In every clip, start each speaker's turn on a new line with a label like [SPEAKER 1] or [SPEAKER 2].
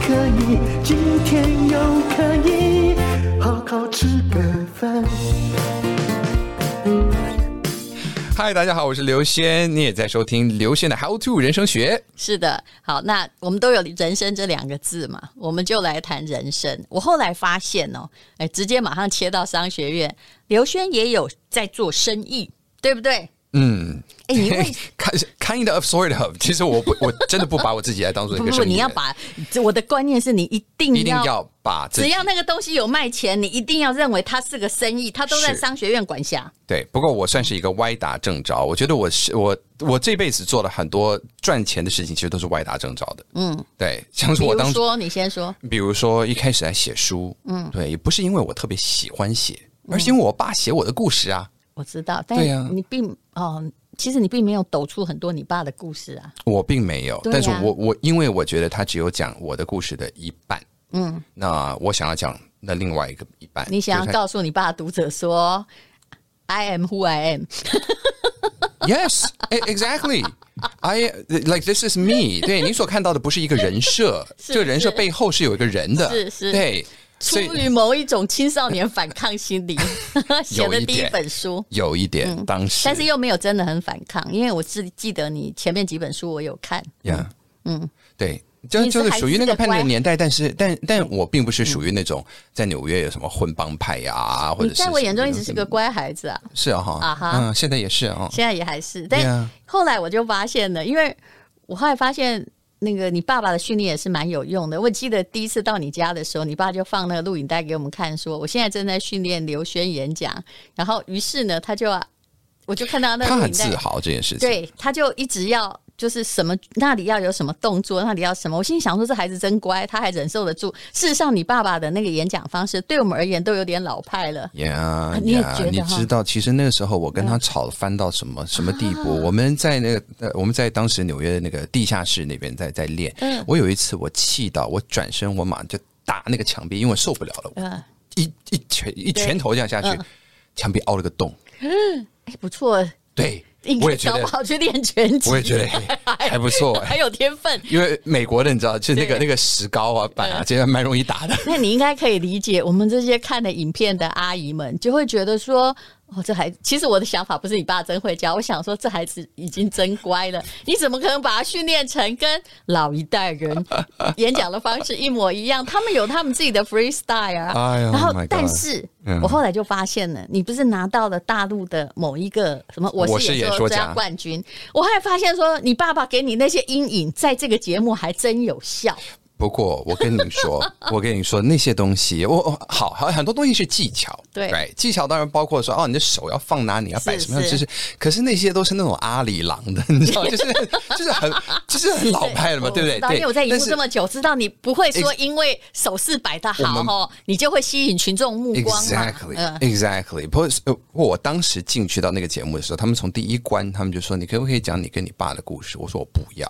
[SPEAKER 1] 可以，今天又可以好好吃个饭。
[SPEAKER 2] 嗨，大家好，我是刘轩，你也在收听刘轩的 How to 人生学。
[SPEAKER 3] 是的，好，那我们都有“人生”这两个字嘛，我们就来谈人生。我后来发现哦，哎，直接马上切到商学院，刘轩也有在做生意，对不对？
[SPEAKER 2] 嗯，
[SPEAKER 3] 哎，你为
[SPEAKER 2] kind kind of sort of，其实我不，我真的不把我自己来当做一
[SPEAKER 3] 不
[SPEAKER 2] 个
[SPEAKER 3] 不
[SPEAKER 2] 生意
[SPEAKER 3] 不，
[SPEAKER 2] 人
[SPEAKER 3] 你要把我的观念是你一定要，
[SPEAKER 2] 一定要把自
[SPEAKER 3] 只
[SPEAKER 2] 己
[SPEAKER 3] 要那个东西有卖钱，你一定要认为它是个生意，它都在
[SPEAKER 2] 是
[SPEAKER 3] 商学院管辖。
[SPEAKER 2] 对。不过我算是一个歪打正着，我觉得我是我我这辈子做了很多赚钱的事情，其实都是歪打正着的。嗯，对，像是
[SPEAKER 3] 比
[SPEAKER 2] 我
[SPEAKER 3] 如
[SPEAKER 2] 当
[SPEAKER 3] 说，你先说，
[SPEAKER 2] 比如说一开始来写书，嗯，对，也不是因为我特别喜欢写，而
[SPEAKER 3] 嗯
[SPEAKER 2] 是因为我爸写我的故事啊。
[SPEAKER 3] 我知道，但
[SPEAKER 2] 对啊呀
[SPEAKER 3] 你并、哦，其实你并没有抖出很多你爸的故事啊。
[SPEAKER 2] 我并没有，
[SPEAKER 3] 对啊
[SPEAKER 2] 但是我我因为我觉得他只有讲我的故事的一半，嗯，那我想要讲那另外一个一半，
[SPEAKER 3] 你
[SPEAKER 2] 就
[SPEAKER 3] 想要
[SPEAKER 2] 是他
[SPEAKER 3] 告诉你爸的读者说，I am who I am。
[SPEAKER 2] Yes, e- exactly. I like this is me 对。你所看到的不是一个人设，
[SPEAKER 3] 是
[SPEAKER 2] 这个人设
[SPEAKER 3] 是
[SPEAKER 2] 背后是有一个人的，
[SPEAKER 3] 是是
[SPEAKER 2] 对，
[SPEAKER 3] 出
[SPEAKER 2] 所以
[SPEAKER 3] 于某一种青少年反抗心 理写的第一本书，
[SPEAKER 2] 有一点、当时，
[SPEAKER 3] 嗯但是又没有真的很反抗，因为我是记得你前面几本书我有看，
[SPEAKER 2] 呀，嗯，对。就就是属于那个叛逆的年代，但是但
[SPEAKER 3] 嗯
[SPEAKER 2] 但我并不是属于那种在纽约有什么混帮派呀、或
[SPEAKER 3] 你
[SPEAKER 2] 者是
[SPEAKER 3] 在我眼中
[SPEAKER 2] 什
[SPEAKER 3] 一
[SPEAKER 2] 么
[SPEAKER 3] 直是个乖孩子啊，
[SPEAKER 2] 是啊哈
[SPEAKER 3] 啊哈
[SPEAKER 2] 嗯，现在也是啊，
[SPEAKER 3] 现在也还是，
[SPEAKER 2] 对
[SPEAKER 3] 但
[SPEAKER 2] 啊
[SPEAKER 3] 后来我就发现了，因为我后来发现。那个你爸爸的训练也是蛮有用的。我记得第一次到你家的时候，你爸就放那个录影带给我们看，说我现在正在训练刘轩演讲。然后于是呢，他就、啊、我就看到那个
[SPEAKER 2] 他
[SPEAKER 3] 录
[SPEAKER 2] 很
[SPEAKER 3] 影带
[SPEAKER 2] 自，豪这件事情。，
[SPEAKER 3] 对，他就一直要就是什么那里要有什么动作，那里要什么。我心里想说，这孩子真乖，他还忍受得住。事实上，你爸爸的那个演讲方式，对我们而言都有点老派了。
[SPEAKER 2] 呀
[SPEAKER 3] 啊你也
[SPEAKER 2] 呀
[SPEAKER 3] 觉，得
[SPEAKER 2] 你
[SPEAKER 3] 哈嗯
[SPEAKER 2] 知道，其实那个时候我跟他吵翻到什么什么地步？
[SPEAKER 3] 啊
[SPEAKER 2] 我们在那个呃，我们在当时纽约的那个地下室那边在在练。
[SPEAKER 3] 嗯
[SPEAKER 2] 我有一次我气到我转身，我马上就打那个墙壁，因为我受不了了，我
[SPEAKER 3] 嗯，
[SPEAKER 2] 一一拳一拳头这样下去，墙壁凹了个洞。
[SPEAKER 3] 哎，不错，
[SPEAKER 2] 对
[SPEAKER 3] 应，
[SPEAKER 2] 我
[SPEAKER 3] 该
[SPEAKER 2] 也觉
[SPEAKER 3] 找
[SPEAKER 2] 得
[SPEAKER 3] 不，好去练拳击。
[SPEAKER 2] 我也觉得 还不错哎
[SPEAKER 3] 还有天分。
[SPEAKER 2] 因为美国的你知道，就是那个
[SPEAKER 3] 对嗯
[SPEAKER 2] 那个石膏啊板啊，这些蛮容易打的。
[SPEAKER 3] 那你应该可以理解，我们这些看的影片的阿姨们就会觉得说，哦，这孩子，其实我的想法不是你爸真会教，我想说这孩子已经真乖了，你怎么可能把他训练成跟老一代人演讲的方式一模一样？他们有他们自己的 freestyle 啊。
[SPEAKER 2] 哎呀
[SPEAKER 3] 然后
[SPEAKER 2] Oh my，God
[SPEAKER 3] 但是
[SPEAKER 2] 嗯
[SPEAKER 3] 我后来就发现了，你不是拿到了大陆的某一个什么
[SPEAKER 2] 我
[SPEAKER 3] 我
[SPEAKER 2] 是
[SPEAKER 3] 是
[SPEAKER 2] 演
[SPEAKER 3] 演
[SPEAKER 2] 说
[SPEAKER 3] 说
[SPEAKER 2] 家
[SPEAKER 3] 家冠军，我还发现说你爸爸给你那些阴影，在这个节目还真有效。
[SPEAKER 2] 不过我跟你 说，我跟你说那些东西，我我好好很多东西是技巧，
[SPEAKER 3] 对
[SPEAKER 2] 技巧当然包括说哦，你的手要放哪，你要摆
[SPEAKER 3] 是
[SPEAKER 2] 什么样的姿势
[SPEAKER 3] 是，
[SPEAKER 2] 可是那些都是那种阿里郎的， 你 知道，就是就是很就是很 老派的嘛，对不
[SPEAKER 3] 我
[SPEAKER 2] 对？
[SPEAKER 3] 知道
[SPEAKER 2] 对，
[SPEAKER 3] 因为我在荧
[SPEAKER 2] 但
[SPEAKER 3] 幕
[SPEAKER 2] 是
[SPEAKER 3] 这么久，知道你不会说因为手势摆的好
[SPEAKER 2] 我们
[SPEAKER 3] 哦，你就会吸引群众目光嘛。
[SPEAKER 2] Exactly,
[SPEAKER 3] 嗯
[SPEAKER 2] exactly. 不过是呃我当时进去到那个节目的时候，他们从第一关，他们就说：“你可不可以讲你跟你爸的故事？”我说：“我不要。”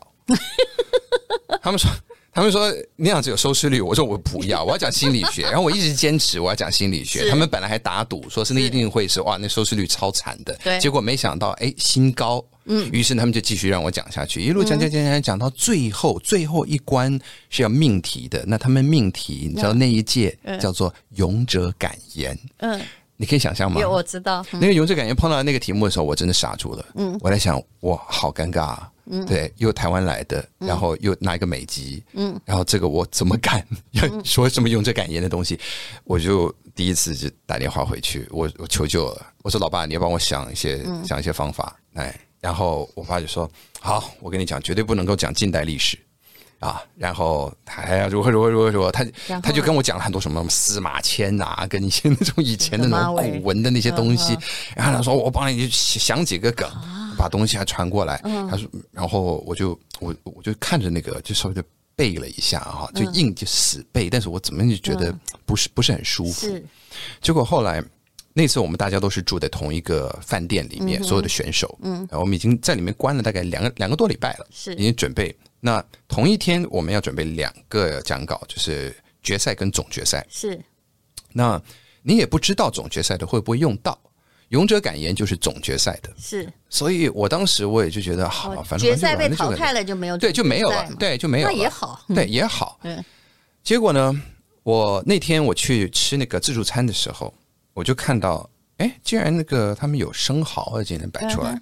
[SPEAKER 2] 他们说。他们说那样子有收视率，我说我不要，我要讲心理 学。然后我一直坚持我要讲心理学。
[SPEAKER 3] 是
[SPEAKER 2] 他们本来还打赌说是那一定会是哇，那收视率超惨的。
[SPEAKER 3] 对
[SPEAKER 2] 结果没想到哎新高，嗯，于是他们就继续让我讲下
[SPEAKER 3] 嗯
[SPEAKER 2] 去，一路讲讲讲讲讲到最后最后一关是要命题的。那他们命题你知道那一届叫做勇者感言，
[SPEAKER 3] 嗯，
[SPEAKER 2] 你可以想象吗
[SPEAKER 3] 有？我知道，嗯
[SPEAKER 2] 那个勇者感言碰到那个题目的时候，我真的傻住了。嗯，我在想，哇，好尴尬、啊。嗯，对，又台湾来的，
[SPEAKER 3] 嗯
[SPEAKER 2] 然后又拿一个美籍，嗯，然后这个我怎么敢
[SPEAKER 3] 嗯
[SPEAKER 2] 要说什么勇者感言的东西？我就第一次就打电话回去，我我求救了，我说老爸，你要帮我想一些、
[SPEAKER 3] 嗯
[SPEAKER 2] 想一些方法，哎，然后我爸就说，好，我跟你讲，绝对不能够讲近代历史。啊，然后还要如何如何如何如何，他
[SPEAKER 3] 然后
[SPEAKER 2] 他就跟我讲了很多什么什么司马迁啊，跟一些那种以前的那种
[SPEAKER 3] 马尾
[SPEAKER 2] 古文的那些东西，然后他说我帮你想几个梗，把东西还传过来。他说，然后我就我我就看着那个，就稍微的背了一下哈，就硬就死背，但是我怎么就觉得不是不是很舒服。
[SPEAKER 3] 是
[SPEAKER 2] 结果后来那次我们大家都是住在同一个饭店里面，所有的选手，嗯，然后我们已经在里面关了大概两个两个多礼拜了，
[SPEAKER 3] 是
[SPEAKER 2] 已经准备。那同一天我们要准备两个讲稿，就是决赛跟总决赛。
[SPEAKER 3] 是
[SPEAKER 2] 那你也不知道总决赛的会不会用到，勇者感言就是总决赛的，
[SPEAKER 3] 是，
[SPEAKER 2] 所以我当时我也就觉得好，反正
[SPEAKER 3] 哦决赛被
[SPEAKER 2] 反正就完了就
[SPEAKER 3] 淘
[SPEAKER 2] 完了
[SPEAKER 3] 汰了就没有
[SPEAKER 2] 对，就没有了
[SPEAKER 3] 决赛，嘛
[SPEAKER 2] 对，就没有
[SPEAKER 3] 那
[SPEAKER 2] 了，
[SPEAKER 3] 也好，
[SPEAKER 2] 对，也好。
[SPEAKER 3] 嗯
[SPEAKER 2] 结果呢，我那天我去吃那个自助餐的时候，我就看到，哎，竟然那个他们有生蚝啊，竟然摆出来。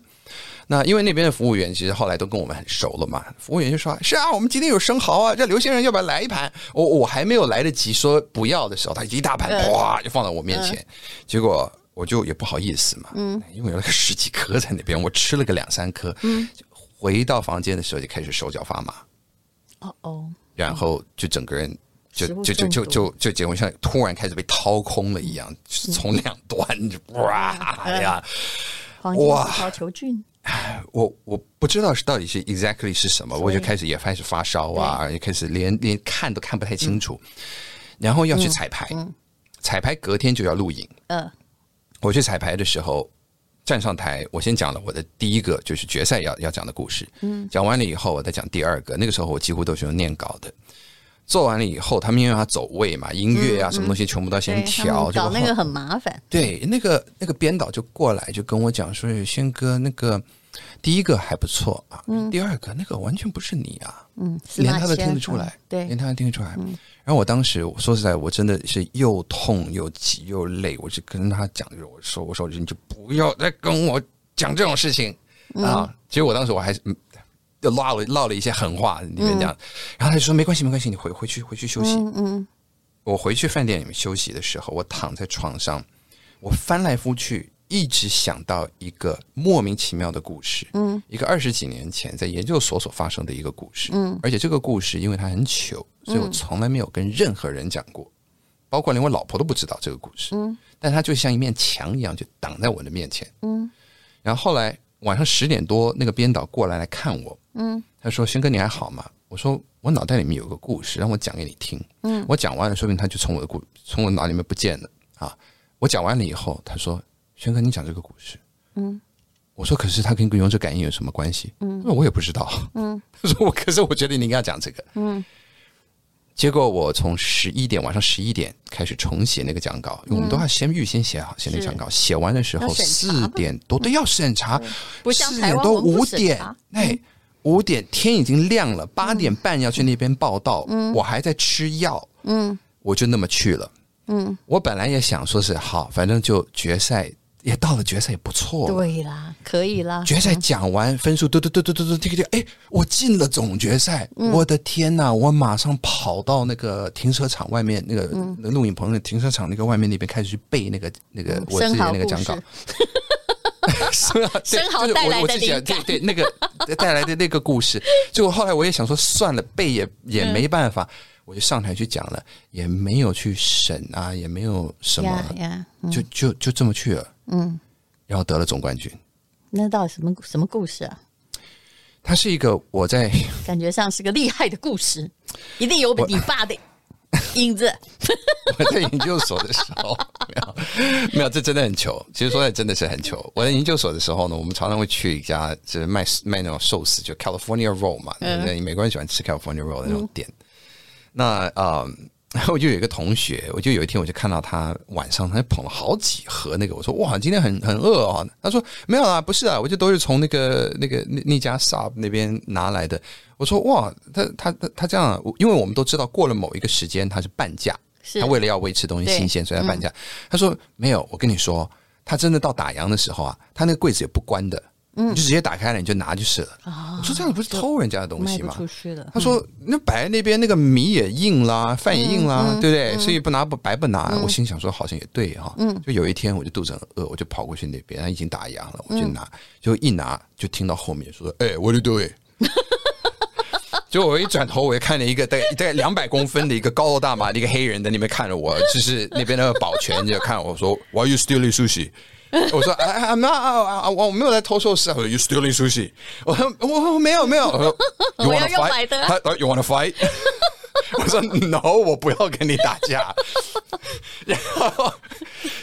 [SPEAKER 2] 那因为那边的服务员其实后来都跟我们很熟了嘛，服务员就说：“是啊，我们今天有生蚝啊，这刘先生要不要来一盘？”我我还没有来得及说不要的时候，他一大盘哗就放到我面前，结果我就也不好意思嘛，嗯，因为有那个十几颗在那边，我吃了个两三颗，嗯，回到房间的时候就开始手脚发麻，
[SPEAKER 3] 哦哦，
[SPEAKER 2] 然后就整个人就
[SPEAKER 3] 食物
[SPEAKER 2] 就就
[SPEAKER 3] 中
[SPEAKER 2] 就
[SPEAKER 3] 毒
[SPEAKER 2] 就就结婚像突然开始被掏空了一样，
[SPEAKER 3] 嗯
[SPEAKER 2] 就是从两 端就哇呀！
[SPEAKER 3] 黄金
[SPEAKER 2] 哇
[SPEAKER 3] 葡萄球菌
[SPEAKER 2] 我我不知道是到底是 exactly 是什么，
[SPEAKER 3] 以
[SPEAKER 2] 我就开始也开始发烧啊，也开始连连看都看不太清
[SPEAKER 3] 嗯
[SPEAKER 2] 楚，然后要去彩排，彩排隔天就要录影。
[SPEAKER 3] 嗯，
[SPEAKER 2] 我去彩排的时候。站上台，我先讲了我的第一个就是决赛要要讲的故事，嗯，讲完了以后，我再讲第二个。那个时候我几乎都是用念稿的，做完了以后，他们因为要走位嘛，音乐啊，什么东西全部都要先
[SPEAKER 3] 嗯对，他们
[SPEAKER 2] 调，就
[SPEAKER 3] 搞那个很麻烦，
[SPEAKER 2] 对，那个那个编导就过来就跟我讲说，轩哥，那个第一个还不错啊，第二个那个完全不是你啊，
[SPEAKER 3] 嗯，司
[SPEAKER 2] 连
[SPEAKER 3] 马
[SPEAKER 2] 他都
[SPEAKER 3] 迁
[SPEAKER 2] 听得出来
[SPEAKER 3] 嗯，对嗯
[SPEAKER 2] 连，他都听得出来。然后我当时说实在，我真的是又痛又急又累，我就跟他讲，我说我说你就不要再跟我讲这种事情、
[SPEAKER 3] 嗯
[SPEAKER 2] 啊。其实我当时我还是。嗯就唠了唠了一些狠话，里面讲，然后他就说没关系没关系，你回回去回去休息。
[SPEAKER 3] 嗯嗯，
[SPEAKER 2] 我回去饭店里面休息的时候，我躺在床上，我翻来覆去，一直想到一个莫名其妙的故事，嗯，一个二十几年前在研究所所发生的一个故事，嗯，而且这个故事因为它很糗，所以我从来没有跟任何人讲过，包括连我老婆都不知道这个故事，嗯，但它就像一面墙一样，就挡在我的面前，嗯，然后后来晚上十点多，那个编导过来来看我，嗯，他说：“轩哥，你还好吗？”我说：“我脑袋里面有个故事，让我讲给你听。”嗯，我讲完了，说不定他就从我的故从我脑里面不见了啊。我讲完了以后，他说：“轩哥，你讲这个故事。”嗯，我说：“可是他跟《勇者感应》有什么关系？”嗯，我也不知道。嗯， 他说：“我可是我觉得你应该要讲这个。”嗯。结果我从十一点晚上十一点开始重写那个讲稿，因为我们都要先预先写好写那个讲稿，写完的时候
[SPEAKER 3] 要审查
[SPEAKER 2] 四点多都要审查，
[SPEAKER 3] 不像
[SPEAKER 2] 四
[SPEAKER 3] 台
[SPEAKER 2] 点
[SPEAKER 3] 湾
[SPEAKER 2] 多
[SPEAKER 3] 我们不
[SPEAKER 2] 五
[SPEAKER 3] 审
[SPEAKER 2] 点
[SPEAKER 3] 查，
[SPEAKER 2] 哎，五点天已经亮了，八点半要去那边报道，
[SPEAKER 3] 嗯
[SPEAKER 2] 我还在吃药，嗯，我就那么去了，嗯，我本来也想说是好，反正就决赛也到了，决赛也不错，，
[SPEAKER 3] 对啦，可以啦，
[SPEAKER 2] 决赛讲完分数，嘟嘟嘟嘟嘟嘟，这个就哎，我进了总决赛，
[SPEAKER 3] 嗯
[SPEAKER 2] 我的天呐！我马上跑到那个停车场外面，那个
[SPEAKER 3] 嗯
[SPEAKER 2] 那个录影棚的停车场那个外面那边开始去背那个那个我自己的那个讲稿
[SPEAKER 3] 嗯 生
[SPEAKER 2] 生
[SPEAKER 3] 蚝。
[SPEAKER 2] 蚝对
[SPEAKER 3] 生蚝
[SPEAKER 2] 就是
[SPEAKER 3] 带
[SPEAKER 2] 我
[SPEAKER 3] 来的
[SPEAKER 2] 我自己
[SPEAKER 3] 灵感
[SPEAKER 2] 对对，那个 带来的那个故事，就我后来我也想说，算了，背也也没办法，
[SPEAKER 3] 嗯
[SPEAKER 2] 我就上台去讲了，也没有去审啊，也没有什么
[SPEAKER 3] 呀，呀，
[SPEAKER 2] 就就就这么去了，嗯，然后得了总冠军。
[SPEAKER 3] 那到底什么什么故事啊？
[SPEAKER 2] 它是一个我在
[SPEAKER 3] 感觉上是个厉害的故事，一定有你爸的影子。
[SPEAKER 2] 我在研究所的时候，没有，没有，这真的很糗。其实说来真的是很糗。我在研究所的时候呢，我们常常会去一家就是卖卖那种寿司，就 California roll 嘛，那美国人喜欢吃 California roll 的那种店。那啊、嗯然后我就有一个同学，我就有一天我就看到他晚上他捧了好几盒那个，我说哇，今天很很饿哦。他说没有啦，不是啊，我就都是从那个那个那那家 sub 那边拿来的。我说哇，他他他他这样啊，因为我们都知道过了某一个时间它是半价，
[SPEAKER 3] 是 嗯
[SPEAKER 2] 他为了要维持东西新鲜，所以他半价。他说没有，我跟你说，他真的到打烊的时候啊，他那个柜子也不关的，
[SPEAKER 3] 嗯
[SPEAKER 2] 你就直接打开了你就拿就是了。我说这样不是偷人家的东
[SPEAKER 3] 啊卖
[SPEAKER 2] 西
[SPEAKER 3] 不
[SPEAKER 2] 吗？
[SPEAKER 3] 出去了，
[SPEAKER 2] 他说：“那摆在那边那个米也硬啦，饭也硬
[SPEAKER 3] 嗯
[SPEAKER 2] 啦，对不对？所以不拿不白不拿。我心想说，好像也对哈、
[SPEAKER 3] 嗯
[SPEAKER 2] 就有一天我就肚子很饿，我就跑过去那边，他已经打烊了，我就
[SPEAKER 3] 嗯
[SPEAKER 2] 拿，就一拿就听到后面说：‘哎、我 w h a t do you doing？’ 就我一转头，我就看见一个大概 大概两百公分的一个高头 大妈的一个黑人在那边看着我，就是那边的保全就看我说 Why you stealing sushi？我说 I, I'm not，啊我我没有在偷寿司啊。我说 You stealing sushi？我说我我没有没有。我 说 You
[SPEAKER 3] 我要
[SPEAKER 2] wanna
[SPEAKER 3] 用买
[SPEAKER 2] fight？
[SPEAKER 3] 的
[SPEAKER 2] 他呃 You wanna fight？我说 No，我不要跟你打架。 然后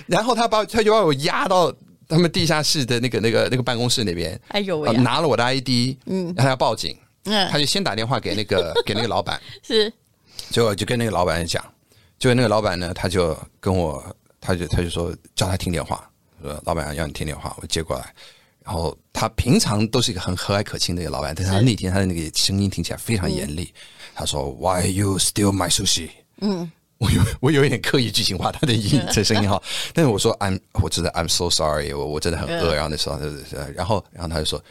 [SPEAKER 2] 然后他把他就把我压到。他们地下室的那个、那个、那个办公室那边，
[SPEAKER 3] 哎呦喂
[SPEAKER 2] 呃
[SPEAKER 3] 呀
[SPEAKER 2] 拿了我的 ID，嗯，然后他要报警，
[SPEAKER 3] 嗯
[SPEAKER 2] 他就先打电话给那个给那个老板，
[SPEAKER 3] 是
[SPEAKER 2] 结果就跟那个老板讲，结果那个老板呢，他就跟我，他就他就说叫他听电话，说老板要你听电话，我接过来。然后他平常都是一个很和蔼可亲的一个老板，但是他那天他的那个声音听起来非常严厉。他说：“Why you steal my sushi？” 嗯，我有我有一点刻意剧情化他的音这声音哈，但是我说 I'm 我真的 I'm so sorry，我我真的很饿。
[SPEAKER 3] 嗯
[SPEAKER 2] 然后那时候他就然后然后他就说：“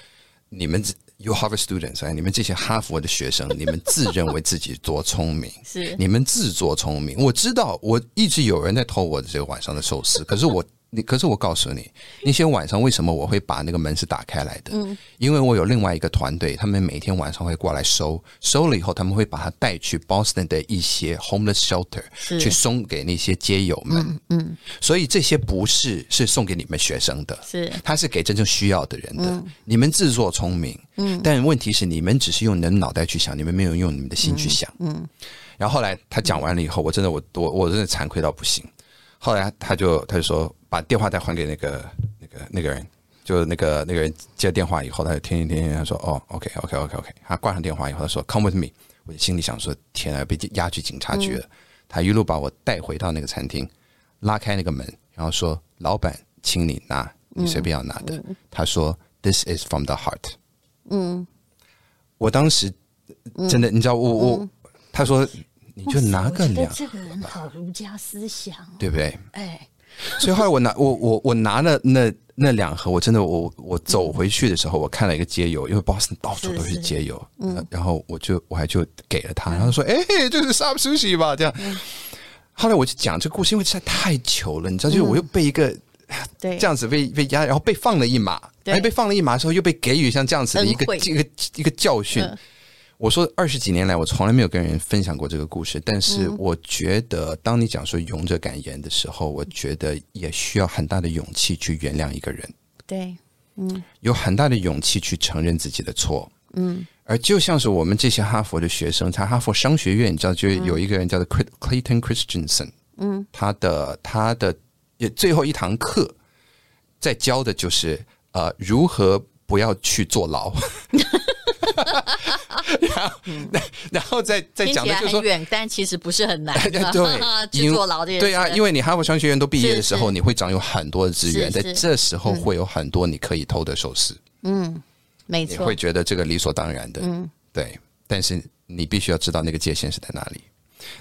[SPEAKER 2] 你们这 you Harvard students，哎，你们这些哈佛的学生，你们自认为自己多聪明，
[SPEAKER 3] 是
[SPEAKER 2] 你们自作聪明。我知道，我一直有人在偷我的这个晚上的寿 司，可是我。你可是我告诉你，那些晚上为什么我会把那个门是打开来的？
[SPEAKER 3] 嗯
[SPEAKER 2] 因为我有另外一个团队，他们每天晚上会过来收，收了以后他们会把它带去 Boston 的一些 homeless shelter
[SPEAKER 3] 是
[SPEAKER 2] 去送给那些街友们。嗯，所以这些不是是送给你们学生的，
[SPEAKER 3] 是
[SPEAKER 2] 它是给真正需要的人的。你们自作聪明，嗯，但问题是你们只是用你的脑袋去想，你们没有用你们的心去想，嗯。然后后来他讲完了以后，我真的我我我真的惭愧到不行。后来他就他就说把电话再还给那个那个那个人，就那个那个人接电话以后，他就听一听，他说哦，OK OK OK OK，他挂上电话以后，他说 Come with me，我就心里想说天啊，被押去警察局了。他一路把我带回到那个餐厅，拉开那个门，然后说：“老板，请你拿，你随便要拿
[SPEAKER 3] 嗯
[SPEAKER 2] 的。他说：“This is from the heart。”嗯，我当时
[SPEAKER 3] 嗯
[SPEAKER 2] 真的，你知道，我我他说你就拿个
[SPEAKER 3] 我觉
[SPEAKER 2] 两
[SPEAKER 3] 得，这个人好儒家思想哦，
[SPEAKER 2] 对不对？
[SPEAKER 3] 哎，
[SPEAKER 2] 所以后来我拿我我我拿了那那两盒，我真的我我走回去的时候，我看了一个街友，因为 Boston 到处都是街友，嗯，然后我就我还就给了他，然后说，哎、这是 sub sushi 吧，这样。后来我就讲这个故事，因为实在太糗了，你知道，就是我又被一个
[SPEAKER 3] 对，
[SPEAKER 2] 这样子被被压，然后被放了一马，
[SPEAKER 3] 对
[SPEAKER 2] 哎，被放了一马的时候又被给予像这样子的一
[SPEAKER 3] 恩
[SPEAKER 2] 个
[SPEAKER 3] 惠嗯
[SPEAKER 2] 一个一个教训。我说二十几年来，我从来没有跟人分享过这个故事，但是
[SPEAKER 3] 嗯
[SPEAKER 2] 我觉得，当你讲说勇者敢言的时候，我觉得也需要很大的勇气去原谅一个人，
[SPEAKER 3] 对，
[SPEAKER 2] 有很大的勇气去承认自己的错。嗯，而就像是我们这些哈佛的学生，他哈佛商学院，你知道，就有一个人叫做
[SPEAKER 3] 嗯
[SPEAKER 2] Cl- Clayton Christensen，嗯，他的他的也最后一堂课在教的就是呃如何不要去坐 牢。然后，然后再再
[SPEAKER 3] 听
[SPEAKER 2] 讲
[SPEAKER 3] 起
[SPEAKER 2] 的
[SPEAKER 3] 来
[SPEAKER 2] 就是说，
[SPEAKER 3] 很，远，但其实不是很难
[SPEAKER 2] 对，
[SPEAKER 3] 去坐牢这件事，
[SPEAKER 2] 对啊，因为你哈佛商学院都毕业的时候，
[SPEAKER 3] 是是
[SPEAKER 2] 你会掌有很多的资源，
[SPEAKER 3] 是嗯
[SPEAKER 2] 在
[SPEAKER 3] 是
[SPEAKER 2] 这时候会有很多你可以偷的手势。
[SPEAKER 3] 没
[SPEAKER 2] 你
[SPEAKER 3] 错嗯
[SPEAKER 2] 会，觉得这个理所当然的，对。但是你必须要知道那个界限是在哪里，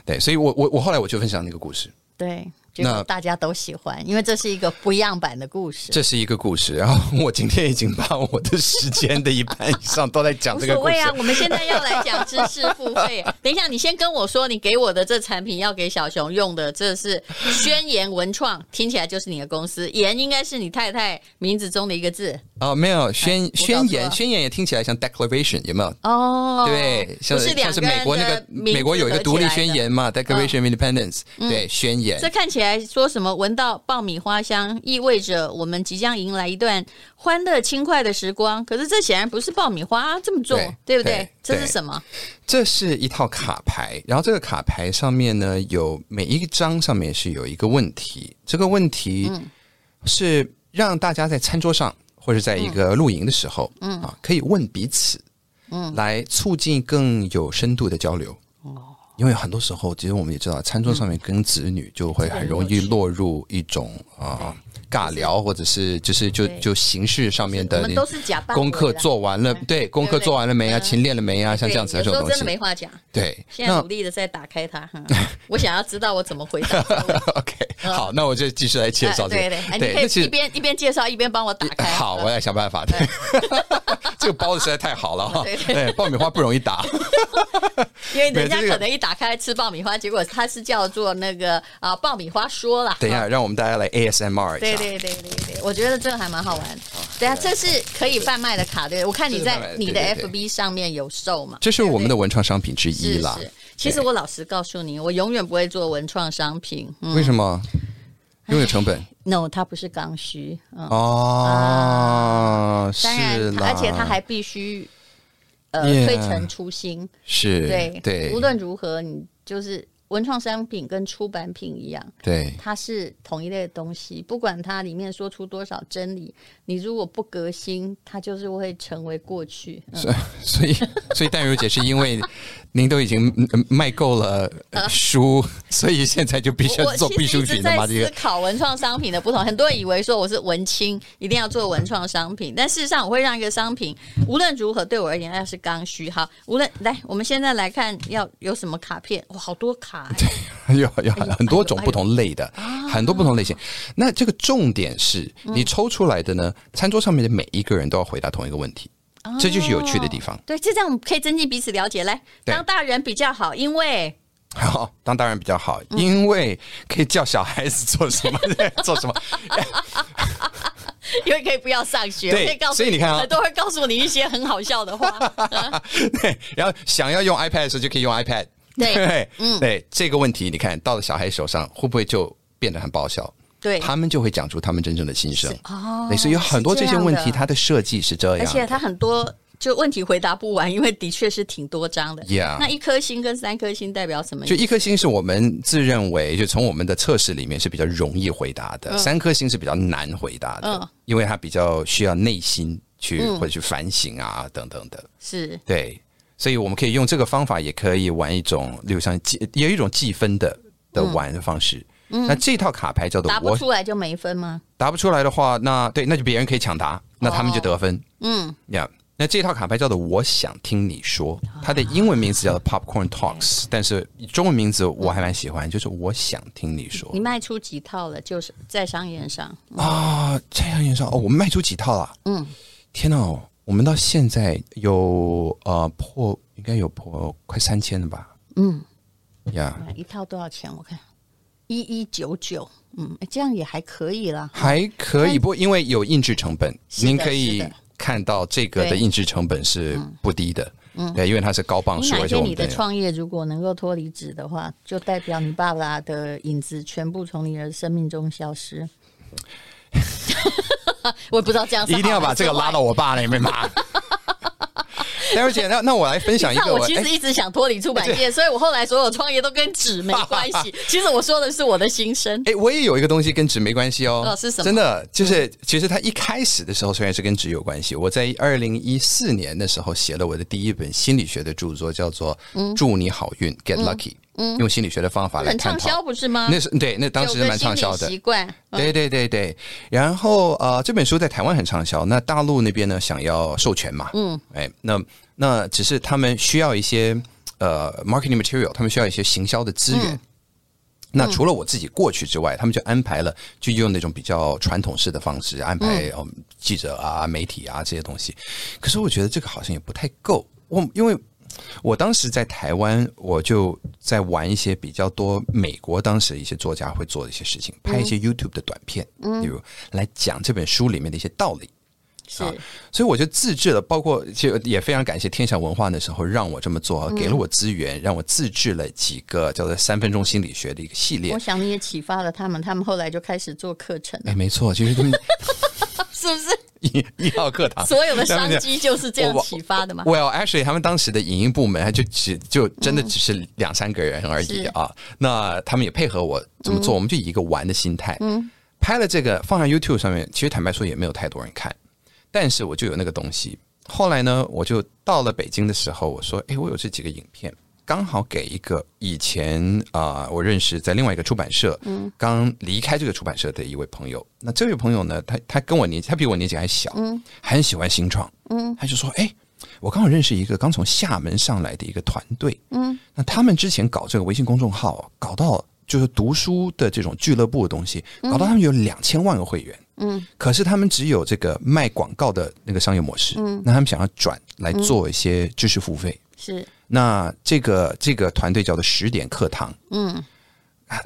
[SPEAKER 2] 对。所以我我我后来我就分享那个故事，
[SPEAKER 3] 对，结果
[SPEAKER 2] 那
[SPEAKER 3] 大家都喜欢，因为这是一个不一样版的故事。
[SPEAKER 2] 这是一个故事。然后 我今天已经把我的时间的一半以上都在讲
[SPEAKER 3] 无
[SPEAKER 2] 这个
[SPEAKER 3] 所
[SPEAKER 2] 故事
[SPEAKER 3] 谓，啊，我们现在要来讲知识付费。 等一下，你先跟我说，你给我的这产品要给小熊用的，这是宣言文创，听起来就是你的公司。言应该是你太太名字中的一个字
[SPEAKER 2] 啊、没
[SPEAKER 3] 哎
[SPEAKER 2] 有宣
[SPEAKER 3] 搞
[SPEAKER 2] 宣
[SPEAKER 3] 错
[SPEAKER 2] 言，
[SPEAKER 3] 了
[SPEAKER 2] 宣言也听起来像 declaration，有没有？
[SPEAKER 3] 哦。
[SPEAKER 2] 对，像
[SPEAKER 3] 不是两
[SPEAKER 2] 像是
[SPEAKER 3] 个人
[SPEAKER 2] 美国那个
[SPEAKER 3] 的名字
[SPEAKER 2] 美国有一个
[SPEAKER 3] 合起
[SPEAKER 2] 独立
[SPEAKER 3] 来的嗯
[SPEAKER 2] 宣。言嘛，Declaration of Independence，、对，宣言
[SPEAKER 3] 这看起来说什么闻到爆米花香，意味着我们即将迎来一段欢乐轻快的时光。可是这显然不是爆米花、啊这么做，
[SPEAKER 2] 对
[SPEAKER 3] 对不对
[SPEAKER 2] 对？
[SPEAKER 3] 这是
[SPEAKER 2] 对
[SPEAKER 3] 什么？
[SPEAKER 2] 这是一套卡牌，然后这个卡牌上面呢，有每一张上面是有一个问题，这个问题
[SPEAKER 3] 嗯
[SPEAKER 2] 是让大家在餐桌上或者在一个露营的时候，嗯啊，可以问彼此，嗯，来促进更有深度的交流。
[SPEAKER 3] 哦
[SPEAKER 2] 因为很多时候，其实我们也知道，餐桌上面跟子女就会很容易落入一种
[SPEAKER 3] 嗯
[SPEAKER 2] 啊、尬聊，或者是就是就
[SPEAKER 3] 对
[SPEAKER 2] 就形式上面
[SPEAKER 3] 我
[SPEAKER 2] 的
[SPEAKER 3] 们都是假扮
[SPEAKER 2] 功
[SPEAKER 3] 回
[SPEAKER 2] 课
[SPEAKER 3] 来
[SPEAKER 2] 做完了，对，功课
[SPEAKER 3] 对不对
[SPEAKER 2] 做完了没啊？
[SPEAKER 3] 嗯
[SPEAKER 2] 勤练了没啊？像
[SPEAKER 3] 对，
[SPEAKER 2] 这样子的
[SPEAKER 3] 有
[SPEAKER 2] 这
[SPEAKER 3] 时
[SPEAKER 2] 种
[SPEAKER 3] 候
[SPEAKER 2] 东
[SPEAKER 3] 真
[SPEAKER 2] 西
[SPEAKER 3] 的，没话讲。
[SPEAKER 2] 对，
[SPEAKER 3] 现在
[SPEAKER 2] 那
[SPEAKER 3] 努力的在打开它，哼 我想要知道我怎么回答这个问题。
[SPEAKER 2] OK，好，那我就继续来 介绍这
[SPEAKER 3] 哎嗯对
[SPEAKER 2] 个
[SPEAKER 3] 对，哎。你
[SPEAKER 2] 那
[SPEAKER 3] 可
[SPEAKER 2] 其
[SPEAKER 3] 以一
[SPEAKER 2] 实
[SPEAKER 3] 边一边介绍一边帮我打 开。嗯
[SPEAKER 2] 好，我来想办法。 这个包子实在太好了哈，
[SPEAKER 3] 对
[SPEAKER 2] 对，爆米花不容易 打。
[SPEAKER 3] 因为人家
[SPEAKER 2] 对这个
[SPEAKER 3] 可能一打开吃爆米花，结果它是叫做那个啊爆米花说啦。
[SPEAKER 2] 等一下，让我们大家来 ASMR
[SPEAKER 3] 嗯对
[SPEAKER 2] 一下。
[SPEAKER 3] 对对对对，我觉得这个还蛮好玩。对啊，这是可以贩卖的卡，对，我看你
[SPEAKER 2] 哦这是贩卖
[SPEAKER 3] 在
[SPEAKER 2] 的
[SPEAKER 3] 你的
[SPEAKER 2] 对对对
[SPEAKER 3] FB 上面有售嘛。
[SPEAKER 2] 这是我们的
[SPEAKER 3] 对
[SPEAKER 2] 文创商品之一
[SPEAKER 3] 是
[SPEAKER 2] 啦。
[SPEAKER 3] 是。其实我老实告诉你，我永远不会做文创商品。嗯哎
[SPEAKER 2] 为什么？因为有成本。
[SPEAKER 3] No，它不是刚需，嗯，
[SPEAKER 2] 哦，是
[SPEAKER 3] 啊当然它，
[SPEAKER 2] 啦，
[SPEAKER 3] 而且它还必须呃
[SPEAKER 2] Yeah
[SPEAKER 3] 推陈出新，
[SPEAKER 2] 是
[SPEAKER 3] 对
[SPEAKER 2] 对，
[SPEAKER 3] 无论如何，你就是文创商品跟出版品一样，
[SPEAKER 2] 对
[SPEAKER 3] 它是同一类的东西，不管它里面说出多少真理，你如果不革新，它就是会成为过去。嗯
[SPEAKER 2] 所以所以所以淡如姐是因为您都已经嗯卖够了呃书，所以现在就必须
[SPEAKER 3] 嗯我
[SPEAKER 2] 要
[SPEAKER 3] 我
[SPEAKER 2] 做
[SPEAKER 3] 其
[SPEAKER 2] 必需
[SPEAKER 3] 实一直
[SPEAKER 2] 品了
[SPEAKER 3] 在
[SPEAKER 2] 吗？这
[SPEAKER 3] 思
[SPEAKER 2] 个
[SPEAKER 3] 考文创商品的不同，很多人以为说我是文青，一定要做文创商品，但事实上我会让一个商品无论如何对我而言那是刚需。好，无论来，我们现在来看要有什么卡片，哇，好多卡、欸，
[SPEAKER 2] 有有
[SPEAKER 3] 哎呦
[SPEAKER 2] 很多种
[SPEAKER 3] 哎呦啊嗯
[SPEAKER 2] 不同类的，很多不同类型。那这个重点是你抽出来的呢，餐桌上面的每一个人都要回答同一个问题，
[SPEAKER 3] 哦
[SPEAKER 2] 这就是有趣的地方。
[SPEAKER 3] 对，就这样我们可以增进彼此了解。来，
[SPEAKER 2] 对
[SPEAKER 3] 当大人比较好，因为
[SPEAKER 2] 好，当当然比较好，
[SPEAKER 3] 嗯
[SPEAKER 2] 因为可以叫小孩子做什么 做什么。
[SPEAKER 3] 因为可以不要上学，
[SPEAKER 2] 对
[SPEAKER 3] 我可以告诉
[SPEAKER 2] 所以你看啊
[SPEAKER 3] 很多人告诉你一些很好笑的话。
[SPEAKER 2] 对，然后想要用 iPad 的时候就可以用 iPad。
[SPEAKER 3] 对
[SPEAKER 2] 对，嗯，对这个问题，你看到了小孩手上，会不会就变得很爆笑？
[SPEAKER 3] 对，
[SPEAKER 2] 他们就会讲出他们真正的心声。
[SPEAKER 3] 哦
[SPEAKER 2] 对，所以有很多
[SPEAKER 3] 是这
[SPEAKER 2] 这些
[SPEAKER 3] 样
[SPEAKER 2] 问
[SPEAKER 3] 的
[SPEAKER 2] 题，它的设计哦是这
[SPEAKER 3] 而
[SPEAKER 2] 样
[SPEAKER 3] 且
[SPEAKER 2] 的。
[SPEAKER 3] 它很多就问题回答不完，因为的确是挺多张的。
[SPEAKER 2] Yeah
[SPEAKER 3] 那一颗星跟三颗星代表什么意
[SPEAKER 2] 就
[SPEAKER 3] 思？
[SPEAKER 2] 一颗星是我们自认为，就从我们的测试里面是比较容易回答的，三颗星是比较难回答的，
[SPEAKER 3] 嗯
[SPEAKER 2] 因为它比较需要内心去、或者去反省啊等等的。
[SPEAKER 3] 是
[SPEAKER 2] 对，所以我们可以用这个方法，也可以玩一种，例如像计，也有一种计分的的玩的方式。那这套卡牌叫做
[SPEAKER 3] 答嗯不
[SPEAKER 2] 我
[SPEAKER 3] 出来就没分吗？
[SPEAKER 2] 答不出来的话，那对，那就别人可以抢答，那他们就得分。
[SPEAKER 3] 哦嗯，
[SPEAKER 2] 呀、那这套卡牌叫做我想听你说，
[SPEAKER 3] 啊
[SPEAKER 2] 它的英文名字叫做 Popcorn Talks，但是中文名字我还蛮喜欢，就是我想听你说
[SPEAKER 3] 你卖出几套了？就是在商言上，
[SPEAKER 2] 啊。蔡阳先生，哦，我们卖出几套了？嗯，天哪，我们到现在有呃破，应该有破快三千了吧？
[SPEAKER 3] 嗯，
[SPEAKER 2] 呀、
[SPEAKER 3] 买哎一套多少钱？我看一一九九，嗯，哎这样也还可以啦。
[SPEAKER 2] 还可以，
[SPEAKER 3] 但
[SPEAKER 2] 不过因为有印制成本，
[SPEAKER 3] 是的
[SPEAKER 2] 您可
[SPEAKER 3] 是
[SPEAKER 2] 以
[SPEAKER 3] 的
[SPEAKER 2] 看到这个的
[SPEAKER 3] 对嗯
[SPEAKER 2] 印制成本是不低的，对，因为它是高磅
[SPEAKER 3] 你
[SPEAKER 2] 数，
[SPEAKER 3] 哪
[SPEAKER 2] 而
[SPEAKER 3] 一
[SPEAKER 2] 且我
[SPEAKER 3] 天
[SPEAKER 2] 们
[SPEAKER 3] 你的
[SPEAKER 2] 的
[SPEAKER 3] 创业如果能够脱离纸的话，就代表你爸爸的影子全部从你的生命中消失。 我也不知道这样是
[SPEAKER 2] 一定要
[SPEAKER 3] 好还
[SPEAKER 2] 把
[SPEAKER 3] 是
[SPEAKER 2] 这个
[SPEAKER 3] 坏
[SPEAKER 2] 拉到我爸那边 吧。待会儿姐，那那我来分享一
[SPEAKER 3] 那
[SPEAKER 2] 个，
[SPEAKER 3] 我其实
[SPEAKER 2] 哎
[SPEAKER 3] 一直想脱离出版界，所以我后来所有创业都跟纸没关系。 其实我说的是我的心声。
[SPEAKER 2] 哎，我也有一个东西跟纸没关系哦，
[SPEAKER 3] 哦是什么
[SPEAKER 2] 真的，就是其实它一开始的时候虽然是跟纸有关系，我在二零一四年的时候写了我的第一本心理学的著作，叫做
[SPEAKER 3] 嗯
[SPEAKER 2] 《祝你好运 Get Lucky》，用心理学的方法来
[SPEAKER 3] 很
[SPEAKER 2] 探
[SPEAKER 3] 畅销
[SPEAKER 2] 讨。
[SPEAKER 3] 不是吗？
[SPEAKER 2] 那是对，那当时
[SPEAKER 3] 有
[SPEAKER 2] 是
[SPEAKER 3] 个
[SPEAKER 2] 蛮畅
[SPEAKER 3] 心理
[SPEAKER 2] 销的。
[SPEAKER 3] 习惯，
[SPEAKER 2] 对对对对，然后呃，这本书在台湾很畅销，那大陆那边呢想要授权嘛，嗯，哎，那那只是他们需要一些呃 marketing material，他们需要一些行销的资源。那除了我自己过去之外，他们就安排了，就用那种比较传统式的方式安排、嗯、记者啊、媒体啊这些东西。可是我觉得这个好像也不太够，我因为我当时在台湾，我就在玩一些比较多美国当时一些作家会做的一些事情，
[SPEAKER 3] 嗯
[SPEAKER 2] 拍一些 YouTube 的短片，比如来讲这本书里面的一些道理。
[SPEAKER 3] 是
[SPEAKER 2] 所以我就自制了，包括就也非常感谢天下文化那时候让我这么做，
[SPEAKER 3] 嗯
[SPEAKER 2] 给了我资源，让我自制了几个叫做“三分钟心理学”的一个系列
[SPEAKER 3] 我。想你也启发了他们，他们后来就开始做课程了
[SPEAKER 2] 哎，，没错，就是他们
[SPEAKER 3] 是 不是？
[SPEAKER 2] 一一号课堂，
[SPEAKER 3] 所有的
[SPEAKER 2] 他
[SPEAKER 3] 商
[SPEAKER 2] 们就
[SPEAKER 3] 机就是这样启发的嘛？
[SPEAKER 2] Well, actually，他们当时的影音部门，他就只就真的只是两三个人而已
[SPEAKER 3] 是
[SPEAKER 2] 啊。那他们也配合我怎么做，我们就以一个玩的心态，拍了这个放上 YouTube 上面，其实坦白说也没有太多人看，但是我就有那个东西。后来呢，我就到了北京的时候，我说，哎，我有这几个影片。刚好给一个以前啊、我认识在另外一个出版社，刚离开这个出版社的一位朋友。那这位朋友呢，他他跟我年纪，他比我年纪还小，还很喜欢新创，他就说，哎，我刚好认识一个刚从厦门上来的一个团队，嗯，那他们之前搞这个微信公众号，搞到就是读书的这种俱乐部的东西，搞到他们有两千万个会员，嗯，可是他们只有这个卖广告的那个商业模式，嗯，那嗯他们想要转来做一些知识付费，
[SPEAKER 3] 是
[SPEAKER 2] 那这个这个团队叫做十点课堂，嗯、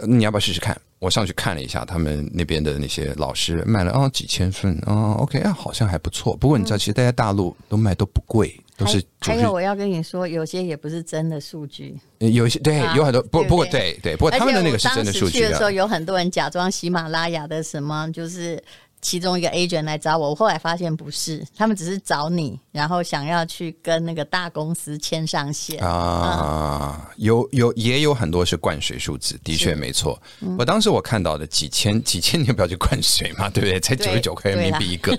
[SPEAKER 2] 你要不要试试看？我上去看了一下，他们那边的那些老师卖了啊、哦、几千份啊、哦、，OK 啊，好像还不错。不过你知道，其实大家大陆都卖都不贵，都是
[SPEAKER 3] 还
[SPEAKER 2] 主
[SPEAKER 3] 嗯还
[SPEAKER 2] 日
[SPEAKER 3] 有，我要跟你说，有些也不是真的数据。
[SPEAKER 2] 有一些对，
[SPEAKER 3] 啊
[SPEAKER 2] 有很多不
[SPEAKER 3] 对不
[SPEAKER 2] 不过
[SPEAKER 3] 对
[SPEAKER 2] 对对，不过哦他们的那个是真的数
[SPEAKER 3] 而且我当时去
[SPEAKER 2] 据
[SPEAKER 3] 的时候，
[SPEAKER 2] 啊。
[SPEAKER 3] 有很多人假装喜马拉雅的什么，就是其中一个 agent 来找我，我后来发现不是，他们只是找你，然后想要去跟那个大公司牵上线。嗯
[SPEAKER 2] 啊，有有也有很多是灌水数字，的确没错。
[SPEAKER 3] 嗯
[SPEAKER 2] 我当时我看到的几千几千，你要不要去灌水嘛？对不对？才九十
[SPEAKER 3] 对
[SPEAKER 2] 九块人
[SPEAKER 3] 对
[SPEAKER 2] 民
[SPEAKER 3] 啦
[SPEAKER 2] 币一个，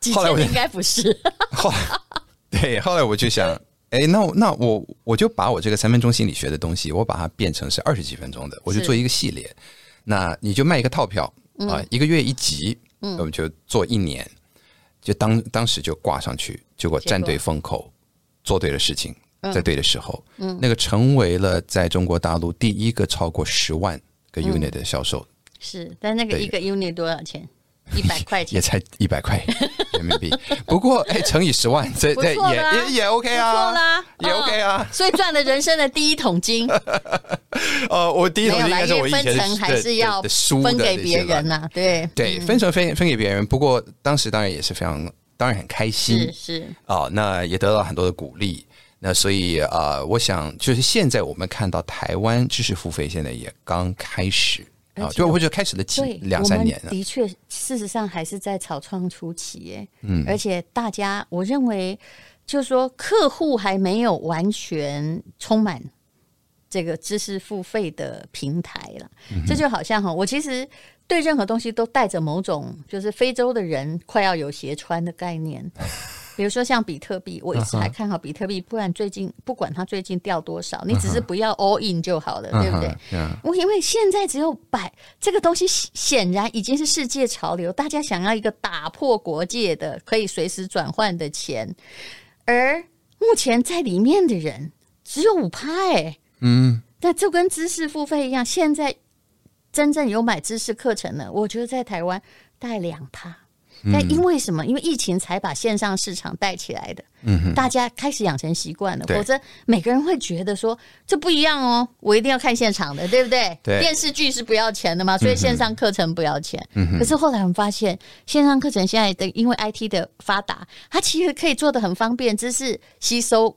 [SPEAKER 3] 几
[SPEAKER 2] 后来
[SPEAKER 3] 千
[SPEAKER 2] 我就
[SPEAKER 3] 应该不是，
[SPEAKER 2] 后来， 对，后来我就想，哎，那我那我我就把我这个三分钟心理学的东西，我把它变成是二十几分钟的，我就是做一个系列。那你就卖一个套票
[SPEAKER 3] 嗯
[SPEAKER 2] 啊、一个月一集，我们就做一年，就当当时就挂上去，结果
[SPEAKER 3] 结果嗯
[SPEAKER 2] 站对风口，做对了事情，在对的时候，那个成为了在中国大陆第一个超过十万个
[SPEAKER 3] 嗯
[SPEAKER 2] unit 的销售，
[SPEAKER 3] 是，但那个
[SPEAKER 2] 对
[SPEAKER 3] 一个 unit 多 少钱？一百块
[SPEAKER 2] 也
[SPEAKER 3] 钱。
[SPEAKER 2] 才一百块人民币。不过哎，乘以十万，这
[SPEAKER 3] 不
[SPEAKER 2] 这
[SPEAKER 3] 错
[SPEAKER 2] 也
[SPEAKER 3] 啦
[SPEAKER 2] 也也 OK 啊，
[SPEAKER 3] 不错啦
[SPEAKER 2] 也
[SPEAKER 3] 嗯
[SPEAKER 2] OK 啊。
[SPEAKER 3] 所以赚了人生的第一桶金，
[SPEAKER 2] 呃，我 第一
[SPEAKER 3] 没
[SPEAKER 2] 桶金应
[SPEAKER 3] 有啦，
[SPEAKER 2] 该是
[SPEAKER 3] 因
[SPEAKER 2] 我
[SPEAKER 3] 为
[SPEAKER 2] 以
[SPEAKER 3] 分
[SPEAKER 2] 前
[SPEAKER 3] 成还
[SPEAKER 2] 的
[SPEAKER 3] 是要
[SPEAKER 2] 的的书
[SPEAKER 3] 分
[SPEAKER 2] 的
[SPEAKER 3] 给
[SPEAKER 2] 那
[SPEAKER 3] 别
[SPEAKER 2] 些啦
[SPEAKER 3] 人呐、啊嗯对，
[SPEAKER 2] 对，分成分分给别人。不过当时当然也是非常，当然很开心
[SPEAKER 3] 是是，
[SPEAKER 2] 哦，那也得到很多的鼓励。那所以呃，我想就是现在我们看到台湾知识付费现在也刚开始啊，
[SPEAKER 3] 而且
[SPEAKER 2] 就我觉得开始了几
[SPEAKER 3] 对，
[SPEAKER 2] 两
[SPEAKER 3] 我
[SPEAKER 2] 三
[SPEAKER 3] 们
[SPEAKER 2] 年了。
[SPEAKER 3] 的确，事实上还是在草创初期耶。嗯，而且大家，我认为就是说，客户还没有完全充满这个知识付费的平台了。
[SPEAKER 2] 嗯
[SPEAKER 3] 这就好像哈，我其实对任何东西都带着某种就是非洲的人快要有鞋穿的 概念。比如说像比特币，我一直还看好比特币，不然最近不管它最近掉多少，你只是不要 all in 就好了，对不对？
[SPEAKER 2] 嗯
[SPEAKER 3] 我因为现在只有百这个东西显，显然已经是世界潮流，大家想要一个打破国界的、可以随时转换的钱，而目前在里面的人只有五趴哎，欸
[SPEAKER 2] 嗯，
[SPEAKER 3] 那就跟知识付费一样，现在真正有买知识课程的，我觉得在台湾大概两趴。
[SPEAKER 2] 嗯
[SPEAKER 3] 但因为什么？因为疫情才把线上市场带起来的，大家开始养成习惯了，
[SPEAKER 2] 嗯对
[SPEAKER 3] 否则每个人会觉得说这不一样哦，我一定要看现场的，对不对？
[SPEAKER 2] 对嗯
[SPEAKER 3] 电视剧是不要钱的嘛，所以线上课程不要钱。可是后来我们发现，线上课程现在的因为 IT 的发达，它其实可以做的很方便，知识吸收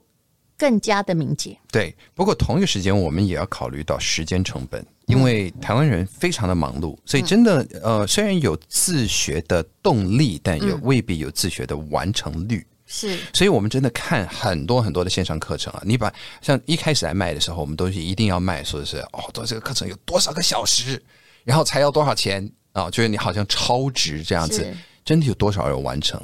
[SPEAKER 3] 更加的敏捷。
[SPEAKER 2] 对，不过同一个时间，我们也要考虑到时间成
[SPEAKER 3] 嗯
[SPEAKER 2] 本，因为台湾人非常的忙碌，所以真的呃，虽然有自学的动力，但也未必有自学的完成率。
[SPEAKER 3] 是
[SPEAKER 2] 所以我们真的看很多很多的线上课程啊。你把像一开始来卖的时候，我们都是一定要卖，说的是哦，做这个课程有多少个小时，然后才要多少钱啊？就是你好像超值这样子
[SPEAKER 3] 是，
[SPEAKER 2] 真的有多少人完成？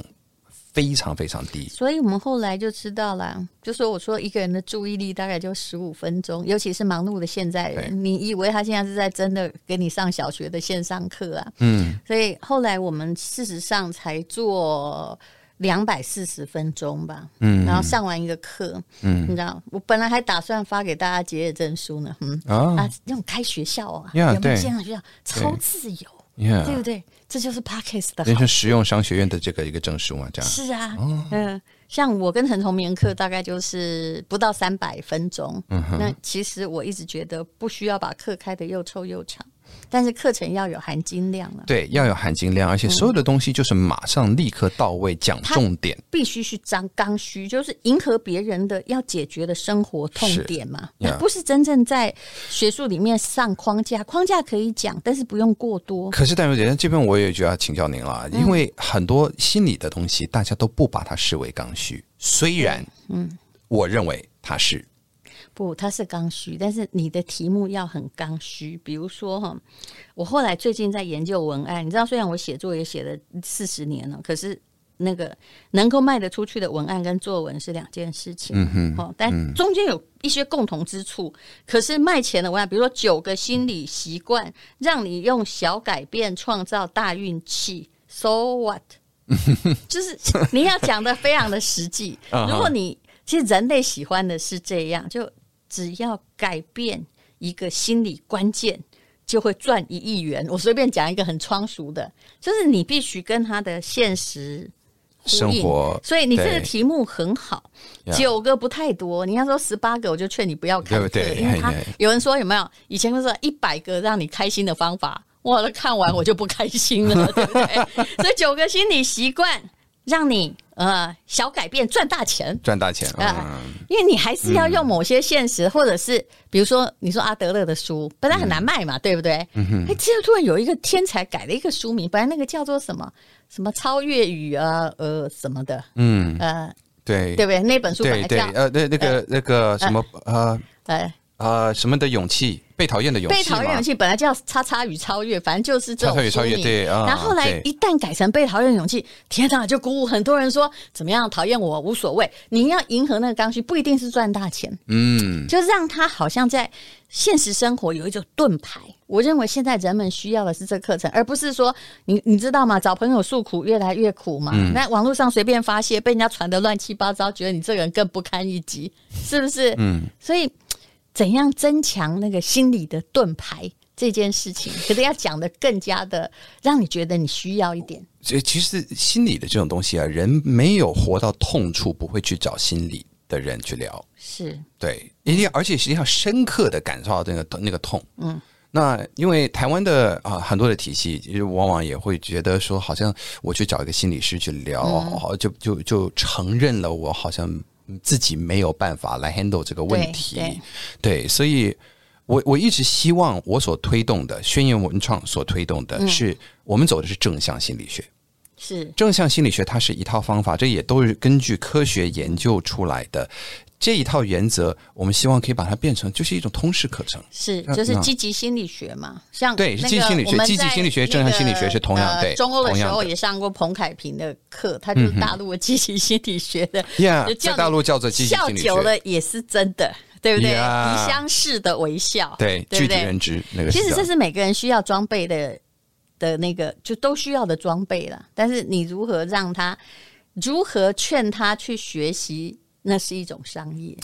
[SPEAKER 2] 非常非常低。
[SPEAKER 3] 所以我们后来就知道啦，就说我说一个人的注意力大概就十五分钟，尤其是忙碌的现在
[SPEAKER 2] 对
[SPEAKER 3] 人，你以为他现在是在真的给你上小学的线上课啊？嗯，所以后来我们事实上才做。两百四十分钟吧，嗯，然后上完一个课，嗯，你知道，我本来还打算发给大家结业证书呢，嗯
[SPEAKER 2] 啊
[SPEAKER 3] 啊，那种开学校啊，
[SPEAKER 2] 呀
[SPEAKER 3] 有没有
[SPEAKER 2] 对
[SPEAKER 3] 线上学校超自由，
[SPEAKER 2] ，yeah,
[SPEAKER 3] 对不对？这就是 Parkes 的好
[SPEAKER 2] 人生实用商学院的这个一个证书嘛，这样。
[SPEAKER 3] 是啊，
[SPEAKER 2] 哦
[SPEAKER 3] 嗯，像我跟陈崇明课大概就是不到三百分钟。
[SPEAKER 2] 嗯
[SPEAKER 3] 那其实我一直觉得不需要把课开得又臭又长，但是课程要有含金量啊了，
[SPEAKER 2] 对，要有含金量，
[SPEAKER 3] 嗯
[SPEAKER 2] 而且所有的东西就是马上立刻到位，讲重点。
[SPEAKER 3] 必须去张刚需，就是迎合别人的要解决的生活痛点嘛。
[SPEAKER 2] 是
[SPEAKER 3] 那
[SPEAKER 2] Yeah
[SPEAKER 3] 不是真正在学术里面上框架，框架可以讲，但是不用过多。
[SPEAKER 2] 可是，戴茹姐，这边我也就要请教您了，啊
[SPEAKER 3] 嗯
[SPEAKER 2] 因为很多心理的东西，大家都不把它视为刚需，虽然，嗯，我认为它是
[SPEAKER 3] 不，它是刚需，但是你的题目要很刚需。比如说哈，我后来最近在研究文案，你知道，虽然我写作也写了四十年了，可是那个能够卖得出去的文案跟作文是两件事情。嗯哼，但中间有一些共同之处。可是卖钱的文案，比如说九个心理习惯，让你用小改变创造大运气。So what？就是你要讲的非常的实际。
[SPEAKER 2] 啊哈
[SPEAKER 3] 如果你其实人类喜欢的是这样，就只要改变一个心理关键，就会赚一亿元。我随便讲一个很仓俗的，就是你必须跟他的现实呼
[SPEAKER 2] 生
[SPEAKER 3] 应
[SPEAKER 2] 活。
[SPEAKER 3] 所以你这个
[SPEAKER 2] 对
[SPEAKER 3] 题目很好，
[SPEAKER 2] Yeah
[SPEAKER 3] 九个不太多，你要说十八个，我就劝你不要看
[SPEAKER 2] 对不
[SPEAKER 3] 这
[SPEAKER 2] 对
[SPEAKER 3] 个
[SPEAKER 2] 哎
[SPEAKER 3] 因为他
[SPEAKER 2] 嘿嘿
[SPEAKER 3] 有人说有没有？以前就说一百个让你开心 的方法，我看完我就不开心了，对不对？所以九个心理习惯。让你呃小改变赚大钱。
[SPEAKER 2] 赚大钱
[SPEAKER 3] 啊
[SPEAKER 2] 啊！
[SPEAKER 3] 因为你还是要用某些现实，或者是比如说你说阿德勒的书，本来很
[SPEAKER 2] 嗯
[SPEAKER 3] 难卖嘛，对不对？哎，这突然有一个天才改了一个书名，本来那个叫做什么什么超越语啊呃什么的，
[SPEAKER 2] 嗯，
[SPEAKER 3] 呃
[SPEAKER 2] 对
[SPEAKER 3] 对不对？那本书本
[SPEAKER 2] 对
[SPEAKER 3] 来
[SPEAKER 2] 对，
[SPEAKER 3] 嗯叫
[SPEAKER 2] 呃，那那个那个什么呃
[SPEAKER 3] 呃
[SPEAKER 2] 呃什么的勇气，被讨厌的勇气
[SPEAKER 3] 被讨厌
[SPEAKER 2] 嘛
[SPEAKER 3] 勇气本来叫《叉叉与超越》，反正就是这种
[SPEAKER 2] 超越超越
[SPEAKER 3] 书名
[SPEAKER 2] 对啊
[SPEAKER 3] 然后后来
[SPEAKER 2] 对
[SPEAKER 3] 一旦改成《被讨厌勇气》，天哪，就鼓舞很多人说怎么样讨厌我无所谓。你要迎合那个刚需，不一定是赚大钱，
[SPEAKER 2] 嗯，
[SPEAKER 3] 就让他好像在现实生活有一种盾牌。我认为现在人们需要的是这课程，而不是说你你知道吗？找朋友诉苦越来越苦嘛。那网络上随便发泄，被人家传的乱七八糟，觉得你这个人更不堪一击，是不是？嗯。所以，怎样增强那个心理的盾牌这件事情，可是要讲的更加的让你觉得你需要一点。
[SPEAKER 2] 这其实心理的这种东西啊，人没有活到痛处，不会去找心理的人去聊。
[SPEAKER 3] 是，
[SPEAKER 2] 对，一定要，而且实际上深刻的感受到那个那个痛。嗯，那因为台湾的啊、很多的体系，其实往往也会觉得说，好像我去找一个心理师去聊，
[SPEAKER 3] 嗯
[SPEAKER 2] 好就就就承认了我好像自己没有办法来 handle 这个问题。
[SPEAKER 3] 对
[SPEAKER 2] 对所以我我一直希望我所推动的宣言文创所推动
[SPEAKER 3] 嗯
[SPEAKER 2] 的是，我们走的是正向心理学。
[SPEAKER 3] 是，
[SPEAKER 2] 正向心理学它是一套方法，这也都是根据科学研究出来的。这一套原则，我们希望可以把它变成就是一种通识课程。
[SPEAKER 3] 是，
[SPEAKER 2] 那
[SPEAKER 3] 就是
[SPEAKER 2] 那
[SPEAKER 3] 积极心理学嘛，像
[SPEAKER 2] 对
[SPEAKER 3] 那
[SPEAKER 2] 积极
[SPEAKER 3] 个
[SPEAKER 2] 心理学
[SPEAKER 3] 我们
[SPEAKER 2] 积极
[SPEAKER 3] 在
[SPEAKER 2] 心理学
[SPEAKER 3] 那个
[SPEAKER 2] 正向心理学是同样
[SPEAKER 3] 呃
[SPEAKER 2] 对
[SPEAKER 3] 中欧的
[SPEAKER 2] 同
[SPEAKER 3] 时
[SPEAKER 2] 样
[SPEAKER 3] 候
[SPEAKER 2] 的嗯
[SPEAKER 3] 也上过彭凯平的课，他就是大陆的积极心理学的
[SPEAKER 2] Yeah，
[SPEAKER 3] 就叫
[SPEAKER 2] 在
[SPEAKER 3] 你
[SPEAKER 2] 大陆叫做 积极
[SPEAKER 3] 笑
[SPEAKER 2] 心理
[SPEAKER 3] 久
[SPEAKER 2] 学
[SPEAKER 3] 了也是真的，对不对？
[SPEAKER 2] Yeah
[SPEAKER 3] 以相视的微笑，
[SPEAKER 2] 对，
[SPEAKER 3] 对
[SPEAKER 2] 具
[SPEAKER 3] 不
[SPEAKER 2] 体
[SPEAKER 3] 对
[SPEAKER 2] 认？知那个
[SPEAKER 3] 其实
[SPEAKER 2] 叫
[SPEAKER 3] 这是每个人需要装备的的那个，就都需要的装备啦。但是你如何让他，如何劝他去学习，那是一种商业。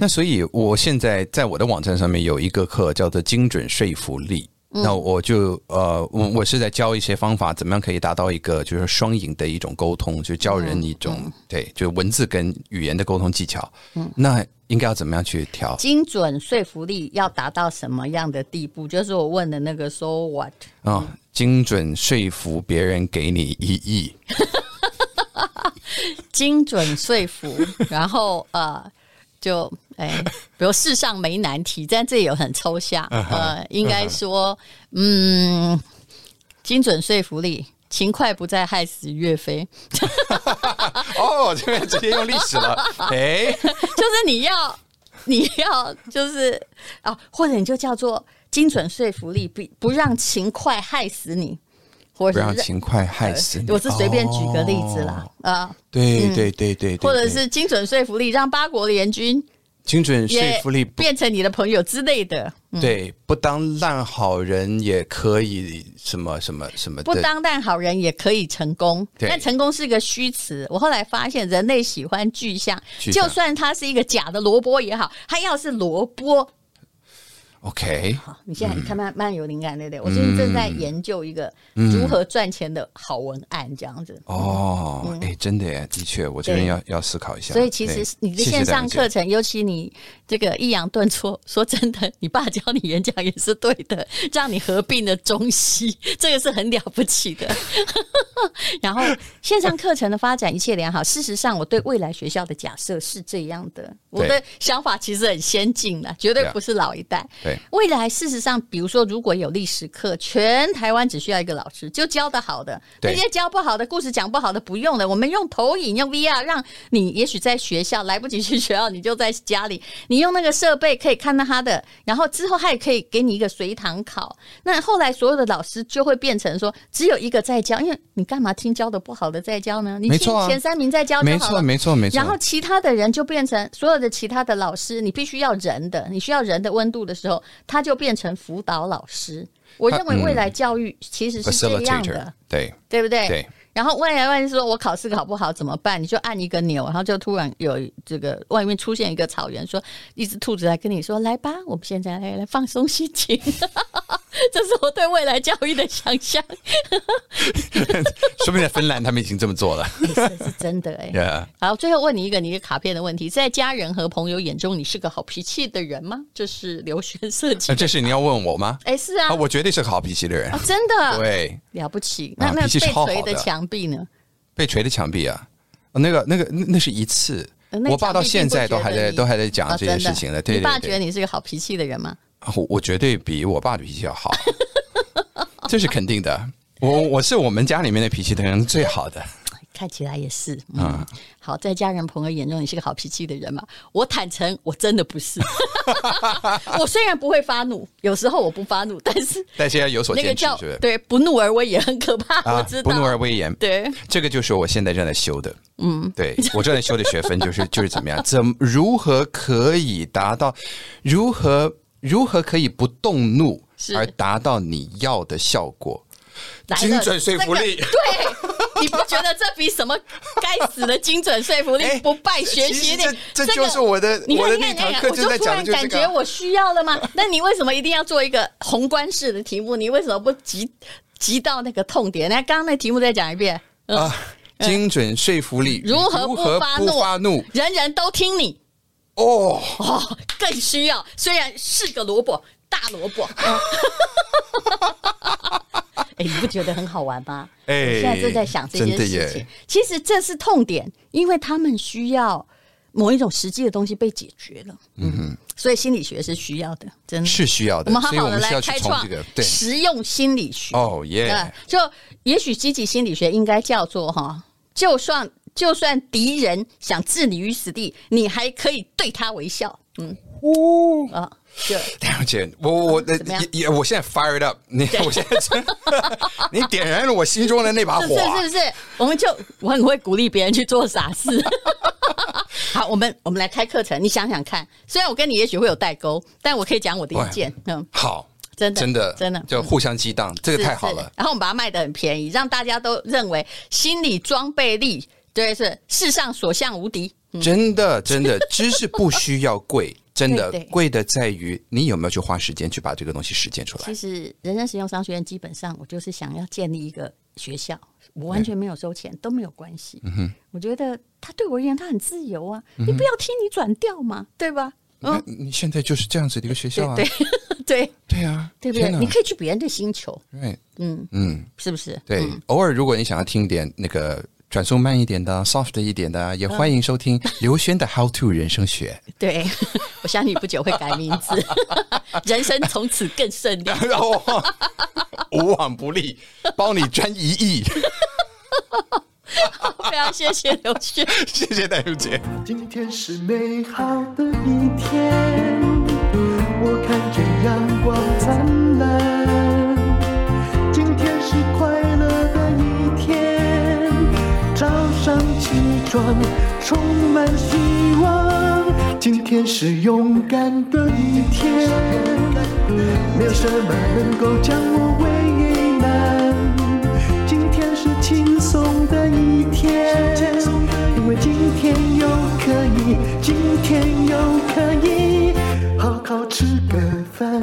[SPEAKER 2] 那所以，我现在在我的网站上面有一个课叫做“精准说服力”。
[SPEAKER 3] 嗯
[SPEAKER 2] 那我就呃，我我是在教一些方法，怎么样可以达到一个就是双赢的一种沟通，就教人一种、
[SPEAKER 3] 嗯
[SPEAKER 2] 对，就文字跟语言的沟通技巧。那应该要怎么样去调？
[SPEAKER 3] 精准说服力要达到什么样的地步？就是我问的那个 “so what”，
[SPEAKER 2] 啊、精准说服别人给你一亿，
[SPEAKER 3] 精准说服，然 后呃，就哎，比如世上没难题，但这也很抽 象，
[SPEAKER 2] 啊
[SPEAKER 3] 呃，应该说，嗯，精准说服力。勤快不再害死岳飞，
[SPEAKER 2] 哦，这边直接用历史 了，哎，
[SPEAKER 3] 就是你要， 你要，就是啊，或者你就叫做精准说服力，不不让勤快害死你，或
[SPEAKER 2] 不
[SPEAKER 3] 者
[SPEAKER 2] 让
[SPEAKER 3] 是
[SPEAKER 2] 勤快害死你。
[SPEAKER 3] 我是随便举个例子啦
[SPEAKER 2] 哦，
[SPEAKER 3] 啊，
[SPEAKER 2] 对对对对对，
[SPEAKER 3] 或者
[SPEAKER 2] 对
[SPEAKER 3] 是精准说服力，让八国联军
[SPEAKER 2] 精准说
[SPEAKER 3] 也
[SPEAKER 2] 服力不
[SPEAKER 3] 变成你的朋友之类的，嗯
[SPEAKER 2] 对，不当烂好人也可以什么什么什么的，
[SPEAKER 3] 不当烂好人也可以成功。
[SPEAKER 2] 对
[SPEAKER 3] 但成功是个虚词。我后来发现，人类喜欢具象，
[SPEAKER 2] 具象
[SPEAKER 3] 就算它是一个假的萝卜也好，它要是萝卜。
[SPEAKER 2] OK，
[SPEAKER 3] 好你
[SPEAKER 2] 嗯
[SPEAKER 3] 现在你看慢慢有灵感，对不对？我最近正在研究一个
[SPEAKER 2] 嗯
[SPEAKER 3] 如何赚钱的好文案，这样子。
[SPEAKER 2] 哦，哎、真的耶，的确，我这边
[SPEAKER 3] 嗯对
[SPEAKER 2] 要要思考一下。
[SPEAKER 3] 所以其
[SPEAKER 2] 对
[SPEAKER 3] 实你的
[SPEAKER 2] 谢谢
[SPEAKER 3] 线
[SPEAKER 2] 梁
[SPEAKER 3] 上
[SPEAKER 2] 姐
[SPEAKER 3] 课程，尤其你这个抑扬顿挫，说真的，你爸教你演讲也是对的， 让你合并了中西， 这个是很了不起的。 然后线上课程的发展一切良好。事实上，我对未来学校的假设是这样的，我的想法其实很先进的，绝对
[SPEAKER 2] Yeah
[SPEAKER 3] 不是老一代。
[SPEAKER 2] 对
[SPEAKER 3] 未来事实上，比如说如果有历史课，全台湾只需要一个老师，就教的好的，那
[SPEAKER 2] 对
[SPEAKER 3] 些教不好的故事讲不好的不用了，我们用投影用 VR，让你也许在学校来不及去学校，你就在家里，你用那个设备可以看到他的，然后之后他也可以给你一个随堂考。那后来所有的老师就会变成说，只有一个在教，因为你干嘛听教的不好的在教呢？你
[SPEAKER 2] 没
[SPEAKER 3] 听
[SPEAKER 2] 错啊
[SPEAKER 3] 前三名在教就
[SPEAKER 2] 没
[SPEAKER 3] 好
[SPEAKER 2] 错
[SPEAKER 3] 了。
[SPEAKER 2] 没错没错，
[SPEAKER 3] 然后其他的人就变成所有的其他的老师，你必须要人的，你需要人的温度的时候，他就变成辅导老师。我认为未来教育其实是这样
[SPEAKER 2] 嗯 facilitator
[SPEAKER 3] 的，
[SPEAKER 2] 对
[SPEAKER 3] 对不对？
[SPEAKER 2] 对。
[SPEAKER 3] 然后未来万一说我考试考不好怎么办？你就按一个钮，然后就突然有这个外面出现一个草原，说一只兔子来跟你说：“来吧，我们现在来来放松心情。” 这是我对未来教育的想 象，
[SPEAKER 2] 说不定在芬兰他们已经这么做 了。
[SPEAKER 3] 这是真的哎、
[SPEAKER 2] Yeah，
[SPEAKER 3] 好，最后问你一个你的卡片的问题，在家人和朋友眼中，你是个好脾气的人吗？这是刘璇设计
[SPEAKER 2] 那。这是你要问我吗？
[SPEAKER 3] 哎、是啊，
[SPEAKER 2] 啊， 我绝对是个好脾气的人
[SPEAKER 3] 啊。真的
[SPEAKER 2] 对，
[SPEAKER 3] 了不起。那
[SPEAKER 2] 啊
[SPEAKER 3] 那
[SPEAKER 2] 脾气
[SPEAKER 3] 被
[SPEAKER 2] 超好
[SPEAKER 3] 锤的
[SPEAKER 2] 的
[SPEAKER 3] 墙壁呢？
[SPEAKER 2] 被锤的墙壁啊，哦那个那个那那是一次
[SPEAKER 3] 呃那。
[SPEAKER 2] 我爸到现在都还
[SPEAKER 3] 你
[SPEAKER 2] 在都还在讲
[SPEAKER 3] 哦
[SPEAKER 2] 啊这件
[SPEAKER 3] 真的
[SPEAKER 2] 事情呢。对
[SPEAKER 3] 你爸
[SPEAKER 2] 对
[SPEAKER 3] 觉得
[SPEAKER 2] 对，
[SPEAKER 3] 你是个好脾气的人吗？
[SPEAKER 2] 我我绝对比我爸的脾气要 好，这是肯定的。我我是我们家里面的脾气的人最好的。
[SPEAKER 3] 看起来也是，嗯，
[SPEAKER 2] 啊
[SPEAKER 3] 好，在家人朋友眼中，你是个好脾气的人嘛？我坦诚，我真的 不是。我虽然不会发怒，有时候我不发怒，但是
[SPEAKER 2] 但是要有所
[SPEAKER 3] 那个
[SPEAKER 2] 坚持，
[SPEAKER 3] 叫
[SPEAKER 2] 是不是？
[SPEAKER 3] 对不怒而威也很可怕，我
[SPEAKER 2] 啊
[SPEAKER 3] 知，道。
[SPEAKER 2] 不怒而威严。
[SPEAKER 3] 对，
[SPEAKER 2] 这个就是我现在正在修的，嗯，对我正在修的学分就是 就是怎么样，怎如何可以达到，如何如何可以不动怒
[SPEAKER 3] 是
[SPEAKER 2] 而达到你要的效果，
[SPEAKER 3] 来了
[SPEAKER 2] 精准说服力
[SPEAKER 3] 这个对，你不觉得这比什么该死的精准说服力
[SPEAKER 2] 哎
[SPEAKER 3] 不败学习力
[SPEAKER 2] 其实？这这
[SPEAKER 3] 个
[SPEAKER 2] 就是我的
[SPEAKER 3] 你看
[SPEAKER 2] 我的
[SPEAKER 3] 你
[SPEAKER 2] 那
[SPEAKER 3] 看
[SPEAKER 2] 堂
[SPEAKER 3] 你看
[SPEAKER 2] 课
[SPEAKER 3] 我
[SPEAKER 2] 就在
[SPEAKER 3] 就突
[SPEAKER 2] 讲的
[SPEAKER 3] 然
[SPEAKER 2] 就是
[SPEAKER 3] 感
[SPEAKER 2] 这个
[SPEAKER 3] 觉我需要了 吗？那你为什么一定要做一个宏观式的题目？你为什么不急急到那个痛点？那刚刚那题目再讲一遍，嗯
[SPEAKER 2] 啊，精准说服力，
[SPEAKER 3] 如何
[SPEAKER 2] 如
[SPEAKER 3] 不
[SPEAKER 2] 何
[SPEAKER 3] 发
[SPEAKER 2] 不
[SPEAKER 3] 怒
[SPEAKER 2] 发怒？
[SPEAKER 3] 人人都听你
[SPEAKER 2] 哦，
[SPEAKER 3] 哦，更需要。虽然是个萝卜，大萝卜。嗯哎、你不觉得很好玩吗？
[SPEAKER 2] 哎
[SPEAKER 3] 我现在正在想这件
[SPEAKER 2] 真的
[SPEAKER 3] 事情
[SPEAKER 2] 耶。
[SPEAKER 3] 其实这是痛点，因为他们需要某一种实际的东西被解决了。嗯，所以心理学是需要的，真的
[SPEAKER 2] 是需要
[SPEAKER 3] 我
[SPEAKER 2] 的
[SPEAKER 3] 们，好
[SPEAKER 2] 所以我
[SPEAKER 3] 好的
[SPEAKER 2] 们需
[SPEAKER 3] 来
[SPEAKER 2] 要去
[SPEAKER 3] 开
[SPEAKER 2] 从
[SPEAKER 3] 创嗯
[SPEAKER 2] 这个对，
[SPEAKER 3] 实用心理学。
[SPEAKER 2] 哦耶
[SPEAKER 3] 对，，就也许积极心理学应该叫做哈，就算就算敌人想置你于死地，你还可以对他微笑。嗯，
[SPEAKER 2] 哦。
[SPEAKER 3] 啊，就
[SPEAKER 2] 了解，我我我
[SPEAKER 3] 怎么样
[SPEAKER 2] 也也，我现在 fired up，你我现在 真，你点燃了我心中的那把
[SPEAKER 3] 是
[SPEAKER 2] 火
[SPEAKER 3] 不
[SPEAKER 2] 啊，
[SPEAKER 3] 是是不是？我们就我很会鼓励别人去做傻事。 好，我们我们来开课程，你想想看。虽然我跟你也许会有代沟，但我可以讲我的意见。嗯，
[SPEAKER 2] 好，
[SPEAKER 3] 真的
[SPEAKER 2] 真的
[SPEAKER 3] 真的嗯
[SPEAKER 2] 就互相激荡，哎这个
[SPEAKER 3] 是
[SPEAKER 2] 太好。
[SPEAKER 3] 是
[SPEAKER 2] 了。
[SPEAKER 3] 然后我们把它卖的很便宜，让大家都认为心理装备力对是世上所向无敌。
[SPEAKER 2] 真的，真的，知识不需要 贵，真的
[SPEAKER 3] 对对
[SPEAKER 2] 贵的在于你有没有去花时间去把这个东西实践出来
[SPEAKER 3] 其。实人生实用商学院基本上我就是想要建立一个学校，我完
[SPEAKER 2] 哎
[SPEAKER 3] 全没有收钱，都没有关系。
[SPEAKER 2] 嗯
[SPEAKER 3] 我觉得他对我而言，他很自由啊，你不要听你转调嘛，对吧？
[SPEAKER 2] 那你现在就是这样子的一个学校啊，
[SPEAKER 3] 对 对
[SPEAKER 2] 对啊，
[SPEAKER 3] 对不对
[SPEAKER 2] 天？哪
[SPEAKER 3] 你可以去别人的星球，
[SPEAKER 2] 对，
[SPEAKER 3] 嗯，
[SPEAKER 2] 嗯，
[SPEAKER 3] 是不是？
[SPEAKER 2] 对，偶尔如果你想要听一点那个转速慢一点的、soft 啊一点的，
[SPEAKER 3] 嗯
[SPEAKER 2] 也欢迎收听刘轩的 How to 人生学。
[SPEAKER 3] 对， 我相信你不久会改名字， 人生从此更胜利。
[SPEAKER 2] 然后无往不利，帮你赚一亿。
[SPEAKER 3] 非常谢谢刘轩。
[SPEAKER 2] 谢谢戴茹姐。
[SPEAKER 1] 今天是美好的一天，我看见阳光灿烂。今天是快乐的一天，早上起床充满希望。今天是勇敢的一天，没有什么能够将我为难。今天是轻松的一天，因为今天又可以，今天又可以好好吃个饭。